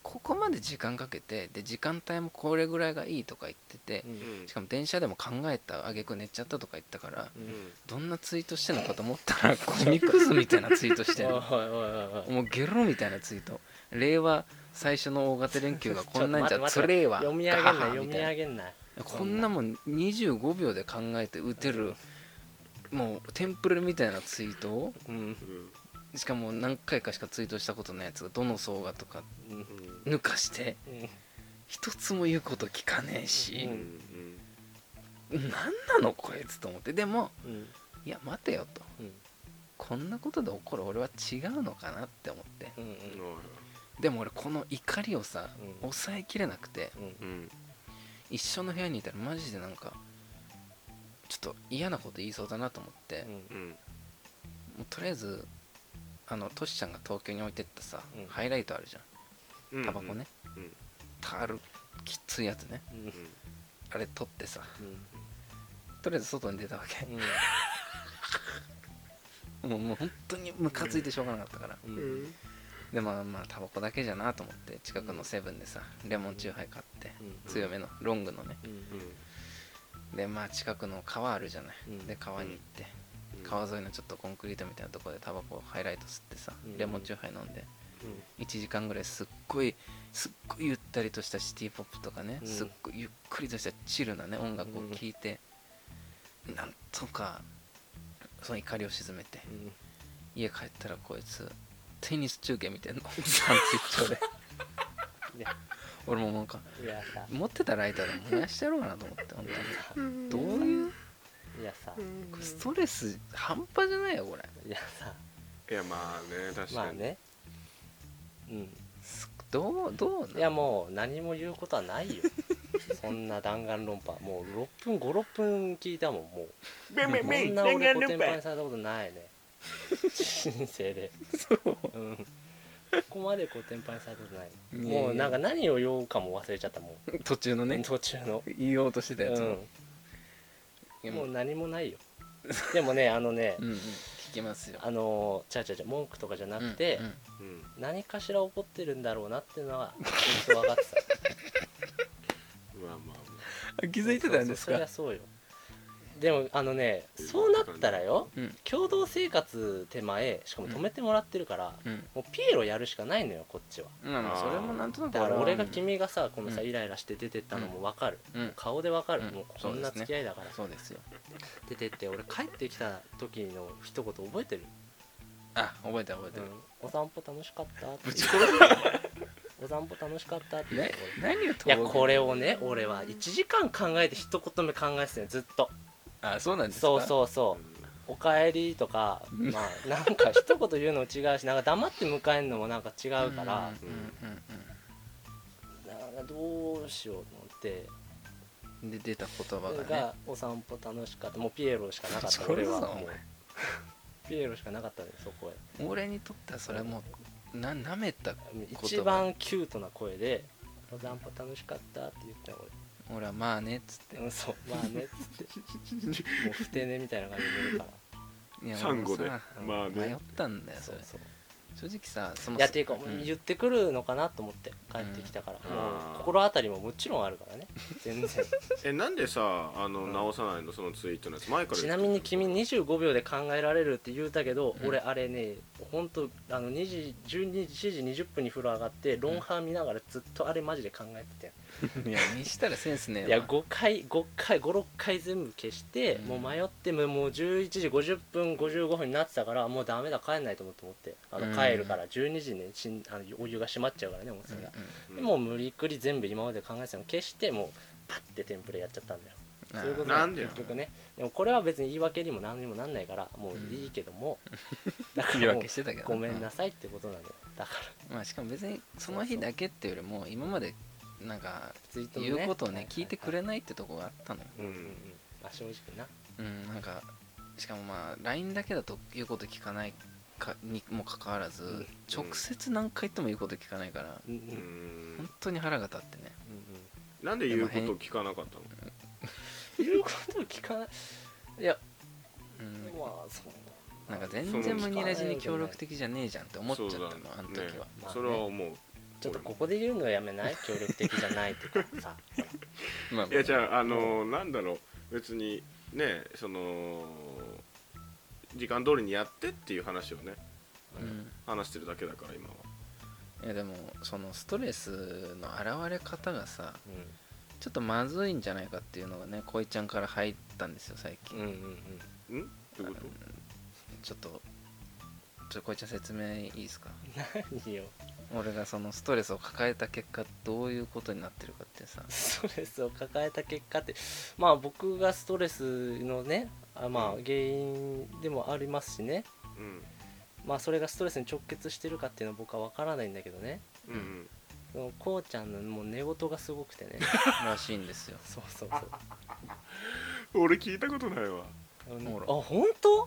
[SPEAKER 1] ここまで時間かけてで時間帯もこれぐらいがいいとか言ってて
[SPEAKER 2] う、ん
[SPEAKER 3] うん
[SPEAKER 1] しかも電車でも考えた挙句寝ちゃったとか言ったから
[SPEAKER 2] う
[SPEAKER 3] うんん
[SPEAKER 1] どんなツイートしてんのかと思ったら (laughs) コミックスみたいなツイートしてん
[SPEAKER 2] (laughs)
[SPEAKER 1] の
[SPEAKER 2] おいおいおいおい
[SPEAKER 1] もうゲロみたいなツイート令和最初の大型連休がこんなんじ
[SPEAKER 2] ちょっと
[SPEAKER 1] ゃ
[SPEAKER 2] 待っ
[SPEAKER 1] つ
[SPEAKER 2] て
[SPEAKER 1] れえわ
[SPEAKER 2] 読み上げん
[SPEAKER 1] ガハ
[SPEAKER 2] な
[SPEAKER 1] ハ
[SPEAKER 2] 読
[SPEAKER 1] み
[SPEAKER 2] み
[SPEAKER 1] たいな
[SPEAKER 2] 上げんな
[SPEAKER 1] こんなもん25秒で考えて打てるもうテンプレみたいなツイートを
[SPEAKER 2] うん
[SPEAKER 3] うん
[SPEAKER 1] しかも何回かしかツイートしたことないやつがどの層がとか
[SPEAKER 2] うん
[SPEAKER 3] うん
[SPEAKER 1] 抜かして
[SPEAKER 2] うん
[SPEAKER 1] 一つも言うこと聞かねえし
[SPEAKER 2] う
[SPEAKER 3] うん
[SPEAKER 1] 何
[SPEAKER 3] ん
[SPEAKER 1] なのこいつと思ってでも
[SPEAKER 2] うん
[SPEAKER 1] いや待てよと
[SPEAKER 2] うん
[SPEAKER 1] こんなことで怒る俺は違うのかなって思って
[SPEAKER 2] うん
[SPEAKER 3] うん
[SPEAKER 1] でも俺この怒りをさ
[SPEAKER 2] うん
[SPEAKER 1] 抑えきれなくて
[SPEAKER 2] うん
[SPEAKER 3] うん
[SPEAKER 1] 一緒の部屋にいたらマジでなんかちょっと嫌なこと言いそうだなと思って、
[SPEAKER 2] うん
[SPEAKER 3] うん
[SPEAKER 1] もうとりあえずあのトシちゃんが東京に置いてったさ、
[SPEAKER 2] うん
[SPEAKER 1] ハイライトあるじゃ
[SPEAKER 3] うん
[SPEAKER 1] んタバコね、
[SPEAKER 3] うん
[SPEAKER 1] たるきついやつね
[SPEAKER 2] うん
[SPEAKER 3] うん
[SPEAKER 1] あれ取ってさ
[SPEAKER 2] うん
[SPEAKER 1] とりあえず外に出たわけ
[SPEAKER 2] うん
[SPEAKER 1] もうもう本当にムカついてしょうがなかったから、
[SPEAKER 2] うん
[SPEAKER 3] うん
[SPEAKER 1] でまあまあタバコだけじゃなと思って近くのセブンでさレモンチューハイ買って、
[SPEAKER 2] うん
[SPEAKER 1] 強めのロングのね
[SPEAKER 2] うん
[SPEAKER 3] うん
[SPEAKER 1] でまあ近くの川あるじゃない、
[SPEAKER 2] うん
[SPEAKER 1] で川に行って、
[SPEAKER 3] うん
[SPEAKER 1] 川沿いのちょっとコンクリートみたいなところでタバコをハイライト吸ってさ
[SPEAKER 2] うん
[SPEAKER 1] レモンチューハイ飲んで
[SPEAKER 2] うん
[SPEAKER 1] 1時間ぐらいすっごいすっごいゆったりとしたシティポップとかね、
[SPEAKER 2] うん
[SPEAKER 1] すっごいゆっくりとしたチルなね音楽を聴いて、なんとかその怒りを鎮めて
[SPEAKER 2] うん
[SPEAKER 1] 家帰ったらこいつテニス中継見てんのパンツ一丁
[SPEAKER 2] (laughs)
[SPEAKER 1] で
[SPEAKER 2] ね
[SPEAKER 1] 俺もなんか
[SPEAKER 2] いやさ
[SPEAKER 1] 持ってたライターで燃やしてやろうかなと思って本
[SPEAKER 2] う
[SPEAKER 1] 当にどういう
[SPEAKER 2] いやさ
[SPEAKER 1] これストレス半端じゃないよこれ
[SPEAKER 2] いやさ
[SPEAKER 3] いやまあね確
[SPEAKER 2] まあ
[SPEAKER 3] かに、
[SPEAKER 2] ねうん
[SPEAKER 1] すどうどう
[SPEAKER 2] い
[SPEAKER 1] な
[SPEAKER 2] やもう何も言うことはない
[SPEAKER 1] (laughs)
[SPEAKER 2] よそんな弾丸論破もう6分56分聞いたもんもう
[SPEAKER 3] めめ
[SPEAKER 2] こんな俺コテンパンにされたことない
[SPEAKER 1] (laughs)
[SPEAKER 2] ね人生でそう、ん、ここまでコテンパンにされたことない
[SPEAKER 1] いやいや
[SPEAKER 2] もうなんか何を言おうかも忘れちゃったも
[SPEAKER 1] の途中の
[SPEAKER 2] う、
[SPEAKER 1] ね
[SPEAKER 2] 途中の、
[SPEAKER 1] 言おうとしてたやつも、
[SPEAKER 2] う
[SPEAKER 1] いや
[SPEAKER 2] ん、
[SPEAKER 1] も
[SPEAKER 2] も
[SPEAKER 1] う
[SPEAKER 2] う何もないよでもねあのね、
[SPEAKER 1] うんうん、聞きますよ。
[SPEAKER 2] あのちゃうちゃうちゃう文句とかじゃなくて、
[SPEAKER 1] うんうん
[SPEAKER 3] うん
[SPEAKER 2] 何かしら怒ってるんだろうなっていうのはちょっと分かってた
[SPEAKER 3] まあまあ
[SPEAKER 1] あ気づいてたんですか。
[SPEAKER 2] そうそうそりゃそうよでもあのねそうなったらよ
[SPEAKER 1] うん
[SPEAKER 2] 共同生活手前しかも止めてもらってるから、
[SPEAKER 1] うん。
[SPEAKER 2] もうピエロやるしかないのよこっちは
[SPEAKER 1] まあまあそれもなんとなく
[SPEAKER 2] だから
[SPEAKER 1] は
[SPEAKER 2] 俺が君がさこのさ、
[SPEAKER 1] うん
[SPEAKER 2] イライラして出てったのも分かる、
[SPEAKER 1] うん
[SPEAKER 2] 顔で分かる、
[SPEAKER 1] うん
[SPEAKER 2] もうこんな付き合いだから、
[SPEAKER 1] そうですよ。
[SPEAKER 2] 出てって俺帰ってきた時の一言覚えてる、
[SPEAKER 1] あ覚えてる覚えて
[SPEAKER 2] う
[SPEAKER 1] る
[SPEAKER 2] ん。お散歩楽しかったって
[SPEAKER 1] (laughs) ぶち殺すな
[SPEAKER 2] お散歩楽しかったって言って俺
[SPEAKER 1] 何を
[SPEAKER 2] いやこ
[SPEAKER 1] れ
[SPEAKER 2] れをね俺は1時間考えて一言目考えてたよずっと
[SPEAKER 1] あそうなんですか。
[SPEAKER 2] そ
[SPEAKER 1] う。
[SPEAKER 2] うそうそう
[SPEAKER 3] う、
[SPEAKER 2] お
[SPEAKER 3] ん
[SPEAKER 2] かえりとか、
[SPEAKER 1] うん
[SPEAKER 2] まあ、なんか一言言うのも違うしなんか黙って迎えるのもなんか違うから、
[SPEAKER 1] うんうん
[SPEAKER 2] なんかどうしようと思って
[SPEAKER 1] うん。で出た言葉
[SPEAKER 2] それ
[SPEAKER 1] がね
[SPEAKER 2] が。お散歩楽しかったもうピエロしかなかっ
[SPEAKER 1] そ
[SPEAKER 2] た
[SPEAKER 1] れ
[SPEAKER 2] 俺は
[SPEAKER 1] さ
[SPEAKER 2] も
[SPEAKER 1] お
[SPEAKER 2] うピエロしかなかったねそこへ
[SPEAKER 1] 前俺にとってはそれもうな舐めた
[SPEAKER 2] 一番キュートな声で「お散歩楽しかった」って言ったの
[SPEAKER 1] 俺はまあねっつって
[SPEAKER 2] 俺うんそうまあねっつってもう不定ねみたいな感じで言るから
[SPEAKER 1] いや
[SPEAKER 3] 産後で
[SPEAKER 1] 俺もさ
[SPEAKER 3] まあね
[SPEAKER 1] 迷ったんだよそ
[SPEAKER 2] そ
[SPEAKER 1] れ
[SPEAKER 2] うそう
[SPEAKER 1] 正直さそも
[SPEAKER 2] いやっていうか、
[SPEAKER 1] ん
[SPEAKER 2] 言ってくるのかなと思って帰ってきたから、
[SPEAKER 3] うん
[SPEAKER 2] も
[SPEAKER 3] あ
[SPEAKER 2] う
[SPEAKER 3] ー
[SPEAKER 2] 心当たりももちろんあるからね全然
[SPEAKER 3] えなんでさあの、
[SPEAKER 2] うん
[SPEAKER 3] 直さないのそのツイートのやつ前から
[SPEAKER 2] ちなみに君25秒で考えられるって言うたけど、
[SPEAKER 1] うん
[SPEAKER 2] 俺あれねほんとあの2時12時7時20分に風呂上がってロンハー見ながらずっとあれマジで考えてて、
[SPEAKER 1] いやにしたらセンスねえわ
[SPEAKER 2] いや5回5回56回全部消して、
[SPEAKER 1] うん
[SPEAKER 2] もう迷ってももう11時50分55分になってたからもうダメだ帰んないと思って思ってあ
[SPEAKER 1] うん
[SPEAKER 2] の帰るから12時ねしんあのお湯が閉まっちゃうからね温
[SPEAKER 1] うん
[SPEAKER 2] 泉が、
[SPEAKER 3] うん
[SPEAKER 2] でもう無理くり全部今まで考えてたの消してもうパッてテンプレやっちゃったんだよ
[SPEAKER 1] うん
[SPEAKER 2] そういうこと
[SPEAKER 3] なんでよ
[SPEAKER 2] 結局ねでもこれは別に言い訳にも何にもなんないからもういいけど
[SPEAKER 1] (laughs)
[SPEAKER 2] も、だか
[SPEAKER 1] 言い
[SPEAKER 2] らもう
[SPEAKER 1] 訳してたけど
[SPEAKER 2] ごめん
[SPEAKER 1] う
[SPEAKER 2] なさいってことなんだよだから
[SPEAKER 1] まあしかも別にその日だけっていうよりも今までなんか
[SPEAKER 2] ツイートもね
[SPEAKER 1] 言うことを
[SPEAKER 2] は
[SPEAKER 1] ね
[SPEAKER 2] はは
[SPEAKER 1] 聞いてくれないってとこがあったのよ
[SPEAKER 2] うんうんうんまあ正直な
[SPEAKER 1] うんなんかしかもまあ LINE だけだと言うこと聞かないかにもかかわら
[SPEAKER 2] う
[SPEAKER 1] ず
[SPEAKER 2] ん
[SPEAKER 1] 直接何回言っても言うこと聞かないから
[SPEAKER 2] うんうんうん
[SPEAKER 3] う
[SPEAKER 2] うん
[SPEAKER 3] ん
[SPEAKER 1] 本当に腹が立ってね
[SPEAKER 2] うん
[SPEAKER 3] なんで言うことを聞かなかったの
[SPEAKER 2] 言うことを聞かないいや
[SPEAKER 1] うん
[SPEAKER 2] まあそう
[SPEAKER 1] なんか全然
[SPEAKER 3] そ
[SPEAKER 1] マ
[SPEAKER 3] の
[SPEAKER 1] ニラジに協力的じゃねえじゃんって思っちゃったの
[SPEAKER 3] そうだ
[SPEAKER 1] あの時は
[SPEAKER 3] ね
[SPEAKER 2] まあね
[SPEAKER 3] それは思う
[SPEAKER 2] ちょっとここで言うのやめない協力的じゃないとかさ
[SPEAKER 1] まあ
[SPEAKER 3] いやじゃああのなんだろう別にねその時間通りにやってっていう話をね
[SPEAKER 1] うん
[SPEAKER 3] 話してるだけだから今はい
[SPEAKER 1] やでもそのストレスの現れ方がさ
[SPEAKER 2] う
[SPEAKER 1] ちょっとまずいんじゃないかっていうのがね恋ちゃんから入ったんですよ最近
[SPEAKER 2] んうんうん
[SPEAKER 3] んってこと
[SPEAKER 1] ちょっとちょっとこいちゃん説明いいですか
[SPEAKER 2] うん何よ
[SPEAKER 1] 俺がそのストレスを抱えた結果どういうことになってるかってさ
[SPEAKER 2] ストレスを抱えた結果ってまあ僕がストレスのねあまあ
[SPEAKER 3] うん
[SPEAKER 2] 原因でもありますしね
[SPEAKER 3] うん
[SPEAKER 2] まあそれがストレスに直結してるかっていうのは僕は分からないんだけどね
[SPEAKER 3] うんうん
[SPEAKER 2] そのこうちゃんのもう寝言がすごくて
[SPEAKER 1] (laughs)
[SPEAKER 2] ね
[SPEAKER 1] らしいんですよ
[SPEAKER 2] そうそうそう
[SPEAKER 3] 俺聞いたことないわ
[SPEAKER 2] あのね
[SPEAKER 1] ほら
[SPEAKER 2] あ本当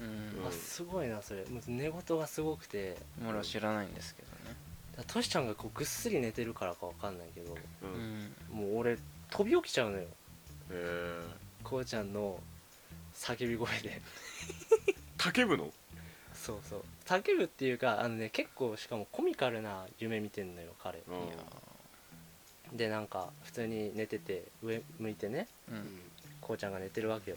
[SPEAKER 1] う
[SPEAKER 3] うん
[SPEAKER 2] あすごいなそれもう寝言がすごくて
[SPEAKER 1] 俺は知らないんですけどね
[SPEAKER 2] だトシちゃんがこうぐっすり寝てるからか分かんないけど
[SPEAKER 3] う
[SPEAKER 1] うん
[SPEAKER 3] へ
[SPEAKER 1] ん
[SPEAKER 2] もう俺飛び起きちゃうのよ
[SPEAKER 3] え
[SPEAKER 2] こうちゃんの叫び声で (laughs)
[SPEAKER 3] 叫ぶの
[SPEAKER 2] そうそう叫ぶっていうかあのね結構しかもコミカルな夢見てんのよ彼
[SPEAKER 3] うん
[SPEAKER 1] いや
[SPEAKER 2] でなんか普通に寝てて上向いてね
[SPEAKER 1] ーうん
[SPEAKER 2] こうちゃんが寝てるわけよ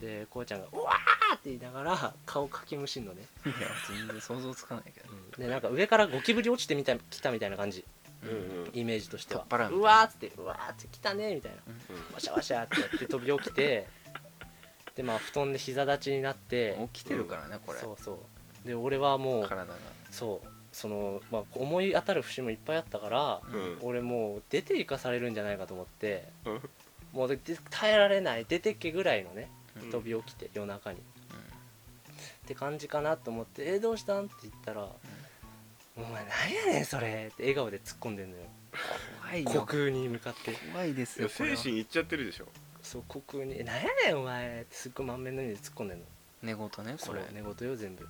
[SPEAKER 2] でこうちゃんが「うわー!」って言いながら顔かきむしんのね、
[SPEAKER 1] いや全然想像つかないけど
[SPEAKER 2] でなんか上からゴキブリ落ちてみた来たみたいな感じ
[SPEAKER 3] うんうん
[SPEAKER 2] イメージとしては
[SPEAKER 1] 取っ払うみたいな
[SPEAKER 2] うわーっつってうわーっつって来たねみたいな
[SPEAKER 3] うん
[SPEAKER 2] わしゃわしゃってやって飛び起
[SPEAKER 1] (laughs)
[SPEAKER 2] きてでまあ布団で膝立ちになって
[SPEAKER 1] 起きてるからねこれ
[SPEAKER 2] そうそうで俺はもう
[SPEAKER 1] 体が
[SPEAKER 2] そうその、まあ、思い当たる節もいっぱいあったから、
[SPEAKER 3] うん
[SPEAKER 2] 俺もう出て行かされるんじゃないかと思って
[SPEAKER 3] うん
[SPEAKER 2] もうで耐えられない出てけぐらいのね
[SPEAKER 1] うん
[SPEAKER 2] 飛び起きて夜中に、って感じかなと思って「えどうしたん?」って言ったら「お前何やねんそれ」って笑顔で突っ込んでんのよ
[SPEAKER 1] 怖い
[SPEAKER 2] 虚
[SPEAKER 1] よ
[SPEAKER 2] 空に向かって
[SPEAKER 1] 怖いです
[SPEAKER 3] いや
[SPEAKER 1] よこれ
[SPEAKER 3] 精
[SPEAKER 1] は
[SPEAKER 3] 神いっちゃってるでしょ
[SPEAKER 2] そう虚空に「え何やねんお前」ってすっごい満面の意味で突っ込んでんの
[SPEAKER 1] 寝言ねこ
[SPEAKER 2] そ
[SPEAKER 1] れ
[SPEAKER 2] う寝言よ全部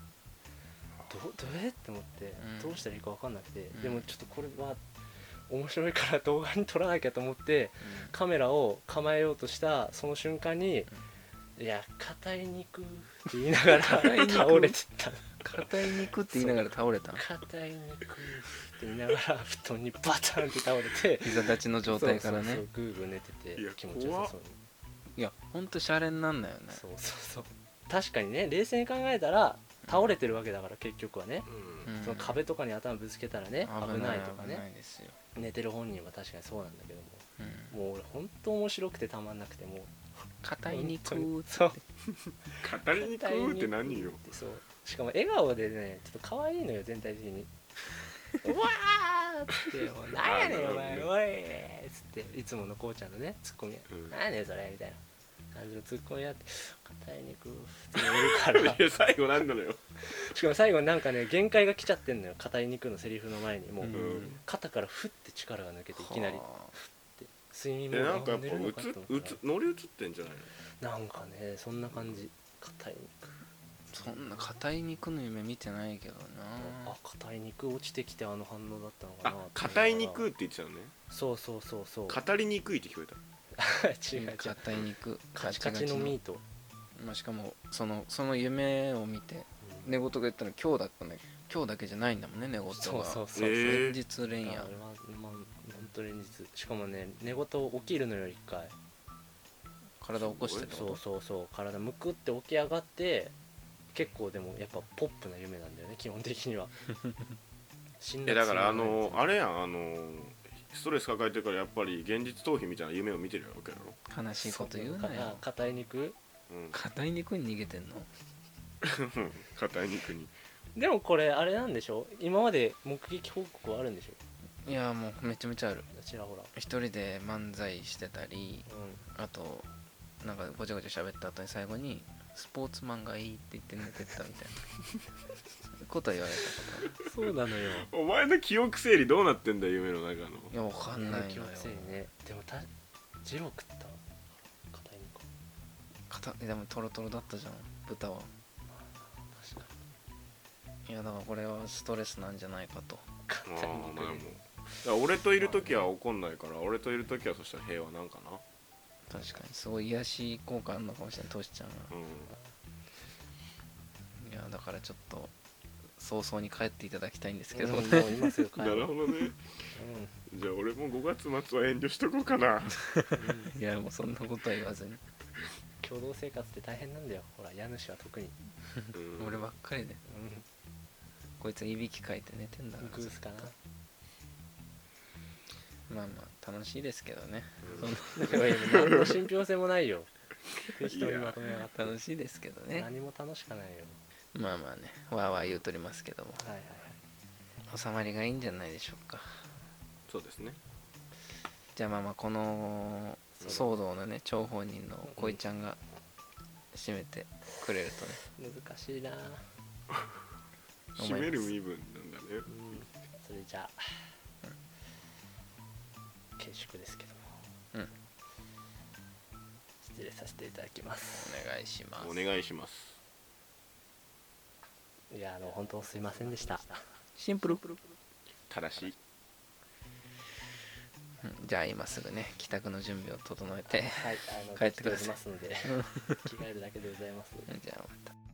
[SPEAKER 2] どどれって思って、
[SPEAKER 1] うん
[SPEAKER 2] どうしたらいいか分かんなくて、
[SPEAKER 1] うん
[SPEAKER 2] でもちょっとこれは面白いから動画に撮らなきゃと思ってカメラを構えようとしたその瞬間に「いや硬い肉」って言いながら
[SPEAKER 1] 硬い肉
[SPEAKER 2] 倒れてった
[SPEAKER 1] 硬い肉って言いながら倒れた
[SPEAKER 2] 硬い肉って言いながら布団にバタンって倒れて
[SPEAKER 1] 膝立ちの状態から
[SPEAKER 2] そうそうそ
[SPEAKER 1] ね
[SPEAKER 2] うグーグー寝てて
[SPEAKER 3] いや
[SPEAKER 2] 気持ちよさそうに
[SPEAKER 1] いやほんとシャレになんないよね
[SPEAKER 2] そうそうそう確かにね冷静に考えたら倒れてるわけだから結局はね、
[SPEAKER 3] うん
[SPEAKER 1] うん
[SPEAKER 2] その壁とかに頭ぶつけたらね危ないとか
[SPEAKER 1] 危な
[SPEAKER 2] ね
[SPEAKER 1] いですよ
[SPEAKER 2] 寝てる本人は確かにそうなんだけども
[SPEAKER 1] うん
[SPEAKER 2] もう俺本当面白くてたまんなくてもう
[SPEAKER 1] 硬い肉
[SPEAKER 2] 本
[SPEAKER 1] って
[SPEAKER 2] 当にそう
[SPEAKER 3] 語りにくって何よ
[SPEAKER 2] ってそうしかも笑顔でねちょっと可愛いのよ全体的に
[SPEAKER 3] (laughs)
[SPEAKER 2] うわーっつって「もうなんやねんお前おい!」っつっていつものこうちゃんのねツッコミ
[SPEAKER 3] う
[SPEAKER 2] 「
[SPEAKER 3] ん
[SPEAKER 2] なんやねんそれ」みたいな感じのツッコミやって「硬い肉」って言う
[SPEAKER 3] (laughs)
[SPEAKER 2] から
[SPEAKER 3] いや最後なんなのよ
[SPEAKER 2] しかも最後なんかね限界が来ちゃってんのよ硬い肉のセリフの前にもう、
[SPEAKER 1] うん
[SPEAKER 2] 肩からフッて力が抜けていきなり
[SPEAKER 1] はあ
[SPEAKER 2] 睡眠
[SPEAKER 3] えなん
[SPEAKER 2] も
[SPEAKER 3] かやっぱ
[SPEAKER 2] 寝るの
[SPEAKER 3] う
[SPEAKER 2] かと
[SPEAKER 3] つ
[SPEAKER 2] 思
[SPEAKER 3] う
[SPEAKER 2] った
[SPEAKER 3] つ乗り移ってんじゃないの
[SPEAKER 2] らなんかねそんな感じ硬い肉
[SPEAKER 1] そんな硬い肉の夢見てないけどな
[SPEAKER 2] あ硬い肉落ちてきてあの反応だったのかな
[SPEAKER 3] あ
[SPEAKER 2] と思いながら
[SPEAKER 3] 語りにくって言ってたのね
[SPEAKER 2] そうそうそうそう
[SPEAKER 3] 語りにくいって聞こえた
[SPEAKER 2] 違う違う
[SPEAKER 1] 硬い肉
[SPEAKER 2] カチカチのミート
[SPEAKER 1] まあ、しかもそのその夢を見て寝言が言ったの今日だったんだけど今日だけじゃないんだもんね寝言が
[SPEAKER 2] そうそうそうそう、
[SPEAKER 3] え
[SPEAKER 1] 連日連
[SPEAKER 2] い
[SPEAKER 1] 夜
[SPEAKER 2] や俺はまあ本当連日しかもね寝言起きるのよ一回
[SPEAKER 1] 体起こしてってこ
[SPEAKER 2] そ
[SPEAKER 1] と
[SPEAKER 2] うそうそう体むくって起き上がって結構でもやっぱポップな夢なんだよね基本的に (laughs) は辛辣
[SPEAKER 3] えだからあ
[SPEAKER 2] な夢
[SPEAKER 3] のあれやんあのストレス抱えてるからやっぱり現実逃避みたいな夢を見てるわけやろ、
[SPEAKER 1] 悲しいこと言う
[SPEAKER 2] そ
[SPEAKER 1] な
[SPEAKER 2] か
[SPEAKER 1] よ
[SPEAKER 2] 硬い肉
[SPEAKER 3] うん、
[SPEAKER 1] 硬い肉に逃げてんの
[SPEAKER 3] 硬い肉に
[SPEAKER 2] でもこれあれなんでしょ今まで目撃報告はあるんでしょ
[SPEAKER 1] いやもうめちゃめちゃある
[SPEAKER 2] ちらほら
[SPEAKER 1] 一人で漫才してたり
[SPEAKER 2] う
[SPEAKER 1] あとなんかごちゃごちゃ喋った後に最後にスポーツマンがいいって言って寝てったみたいなそういうことは言われたことある
[SPEAKER 2] んそうなのよ
[SPEAKER 3] お前の記憶整理どうなってんだよ夢の中の
[SPEAKER 1] いやわかんないの
[SPEAKER 2] 記
[SPEAKER 1] よ
[SPEAKER 2] 憶整理ねでもたジロー食った硬い肉
[SPEAKER 1] 硬いでもトロトロだったじゃん豚は
[SPEAKER 2] 確か
[SPEAKER 1] いやだからこれはストレスなんじゃないかと
[SPEAKER 3] あ
[SPEAKER 2] に
[SPEAKER 3] あ
[SPEAKER 2] 硬い
[SPEAKER 3] まあで
[SPEAKER 2] 肉
[SPEAKER 3] もだから俺といる時は怒んないから俺といる時はそしたら平和なんかな
[SPEAKER 1] 確かにすごい癒し効果あるのかもしれないトシちゃんは
[SPEAKER 3] う
[SPEAKER 1] いやだからちょっと早々に帰っていただきたいんですけど、
[SPEAKER 2] うんもう今すぐ帰
[SPEAKER 3] ん
[SPEAKER 2] る
[SPEAKER 3] なるほどね
[SPEAKER 2] うん
[SPEAKER 3] じゃあ俺も5月末は遠慮しとこうかな
[SPEAKER 1] いやもうそんなことは言わずに
[SPEAKER 2] 共同生活って大変なんだよほら家主は特に、
[SPEAKER 3] うん
[SPEAKER 1] 俺ばっかりで
[SPEAKER 2] う
[SPEAKER 1] こいついびきかいて寝てんだ
[SPEAKER 2] ん、グースかな
[SPEAKER 1] まあまあ楽しいですけどね
[SPEAKER 3] うん
[SPEAKER 2] いやいや (laughs) 何の信憑性もないよ適当に
[SPEAKER 3] いや
[SPEAKER 2] まとめやがって
[SPEAKER 1] 楽しいですけどね
[SPEAKER 2] 何も楽しかないよ
[SPEAKER 1] まあまあねわーわー言うとりますけども
[SPEAKER 2] はいはい
[SPEAKER 1] 収まりがいいんじゃないでしょうか
[SPEAKER 3] そうですね
[SPEAKER 1] じゃあまあまあこの騒動のね張本人の恋ちゃんが締めてくれるとね
[SPEAKER 2] はい難しいな
[SPEAKER 1] 思い
[SPEAKER 3] 締
[SPEAKER 1] ます
[SPEAKER 3] める身分なんだね
[SPEAKER 2] うんそれじゃあ軽粛ですけども
[SPEAKER 1] うん
[SPEAKER 2] 失礼させていただきます
[SPEAKER 1] お願いします
[SPEAKER 3] お願いします
[SPEAKER 2] いやあの本当すいませんでした
[SPEAKER 1] シンプル
[SPEAKER 3] 正しい
[SPEAKER 1] うんじゃあ今すぐね帰宅の準備を整えて (laughs)
[SPEAKER 2] はいあの
[SPEAKER 1] 帰ってください
[SPEAKER 2] おりますので着替えるだけでございます
[SPEAKER 1] じゃあまた。